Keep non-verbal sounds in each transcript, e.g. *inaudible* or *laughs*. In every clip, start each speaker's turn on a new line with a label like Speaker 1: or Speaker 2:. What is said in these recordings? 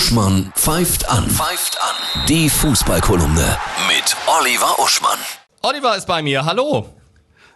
Speaker 1: Uschmann pfeift an. Pfeift an. Die Fußballkolumne mit Oliver Uschmann.
Speaker 2: Oliver ist bei mir. Hallo.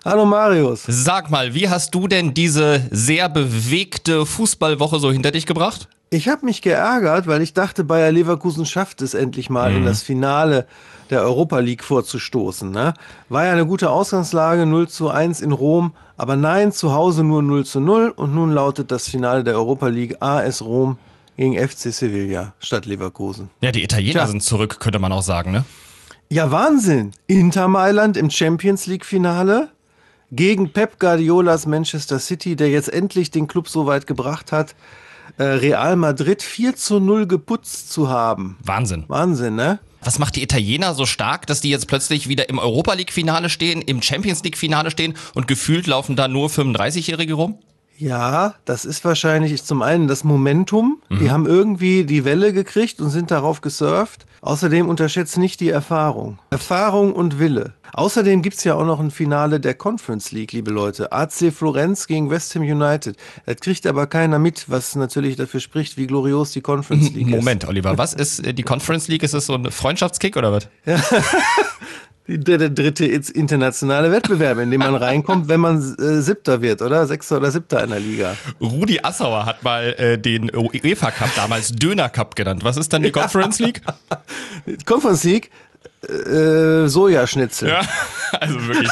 Speaker 3: Hallo Marius.
Speaker 2: Sag mal, wie hast du denn diese sehr bewegte Fußballwoche so hinter dich gebracht?
Speaker 3: Ich habe mich geärgert, weil ich dachte, Bayer Leverkusen schafft es endlich mal in das Finale der Europa League vorzustoßen. Ne? War ja eine gute Ausgangslage, 0 zu 1 in Rom, aber nein, zu Hause nur 0 zu 0 und nun lautet das Finale der Europa League AS Rom gegen FC Sevilla statt Leverkusen.
Speaker 2: Ja, die Italiener
Speaker 3: Tja.
Speaker 2: sind zurück, könnte man auch sagen, ne?
Speaker 3: Ja, Wahnsinn. Inter Mailand im Champions League Finale gegen Pep Guardiolas Manchester City, der jetzt endlich den Club so weit gebracht hat, äh, Real Madrid 4 zu 0 geputzt zu haben.
Speaker 2: Wahnsinn.
Speaker 3: Wahnsinn, ne?
Speaker 2: Was macht die Italiener so stark, dass die jetzt plötzlich wieder im Europa League Finale stehen, im Champions League Finale stehen und gefühlt laufen da nur 35-Jährige rum?
Speaker 3: Ja, das ist wahrscheinlich zum einen das Momentum. Die haben irgendwie die Welle gekriegt und sind darauf gesurft. Außerdem unterschätzt nicht die Erfahrung. Erfahrung und Wille. Außerdem gibt's ja auch noch ein Finale der Conference League, liebe Leute. AC Florenz gegen West Ham United. Das kriegt aber keiner mit, was natürlich dafür spricht, wie glorios die Conference
Speaker 2: *laughs*
Speaker 3: League ist.
Speaker 2: Moment, Oliver, was ist äh, die Conference League? Ist es so ein Freundschaftskick oder was?
Speaker 3: Die- Der, der dritte ins- internationale Wettbewerb, in den man reinkommt, wenn man äh, Siebter wird, oder? Sechster oder Siebter in der Liga.
Speaker 2: Rudi Assauer hat mal äh, den UEFA Cup damals Döner Cup genannt. Was ist dann die Conference League?
Speaker 3: Conference League, äh, Sojaschnitzel.
Speaker 2: Ja, also wirklich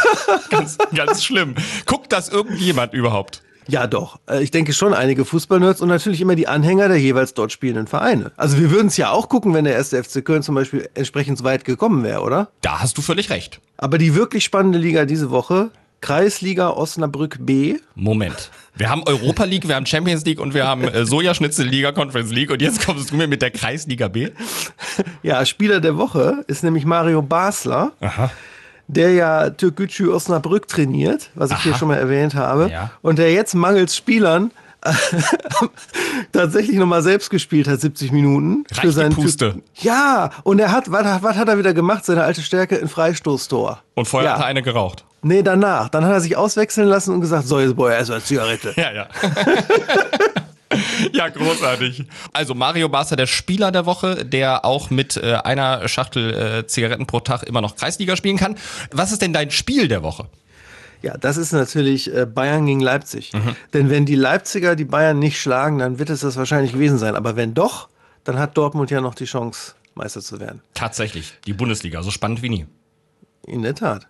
Speaker 2: ganz, ganz schlimm. Guckt das irgendjemand überhaupt?
Speaker 3: Ja, doch. Äh, Ich denke schon einige Fußballnerds und natürlich immer die Anhänger der jeweils dort spielenden Vereine. Also wir würden es ja auch gucken, wenn der erste FC Köln zum Beispiel entsprechend so weit gekommen wäre, oder?
Speaker 2: Da hast du völlig recht.
Speaker 3: Aber die wirklich spannende Liga diese Woche, Kreisliga Osnabrück B.
Speaker 2: Moment. Wir haben Europa League, wir haben Champions League und wir haben äh, Sojaschnitzel Liga, Conference League und jetzt kommst du mir mit der Kreisliga B.
Speaker 3: Ja, Spieler der Woche ist nämlich Mario Basler,
Speaker 2: Aha.
Speaker 3: der ja Türkgücü Osnabrück trainiert, was ich hier schon mal erwähnt habe.
Speaker 2: Ja.
Speaker 3: Und der jetzt mangels Spielern *laughs* tatsächlich nochmal selbst gespielt hat, 70 Minuten.
Speaker 2: Reicht die Puste.
Speaker 3: Typ- Ja, und er hat, was, hat- was hat er wieder gemacht? Seine alte Stärke, ein Freistoßtor.
Speaker 2: Und vorher
Speaker 3: ja.
Speaker 2: hat er eine geraucht.
Speaker 3: Nee, danach. Dann hat er sich auswechseln lassen und gesagt, so, jetzt boah, erstmal Zigarette.
Speaker 2: Ja, ja. ja, großartig. Also Mario Barca, der Spieler der Woche, der auch mit äh, einer Schachtel äh, Zigaretten pro Tag immer noch Kreisliga spielen kann. Was ist denn dein Spiel der Woche?
Speaker 3: Ja, das ist natürlich äh, Bayern gegen Leipzig. Denn wenn die Leipziger die Bayern nicht schlagen, dann wird es das wahrscheinlich gewesen sein. Aber wenn doch, dann hat Dortmund ja noch die Chance, Meister zu werden.
Speaker 2: Tatsächlich, die Bundesliga, so spannend wie nie.
Speaker 3: In der Tat.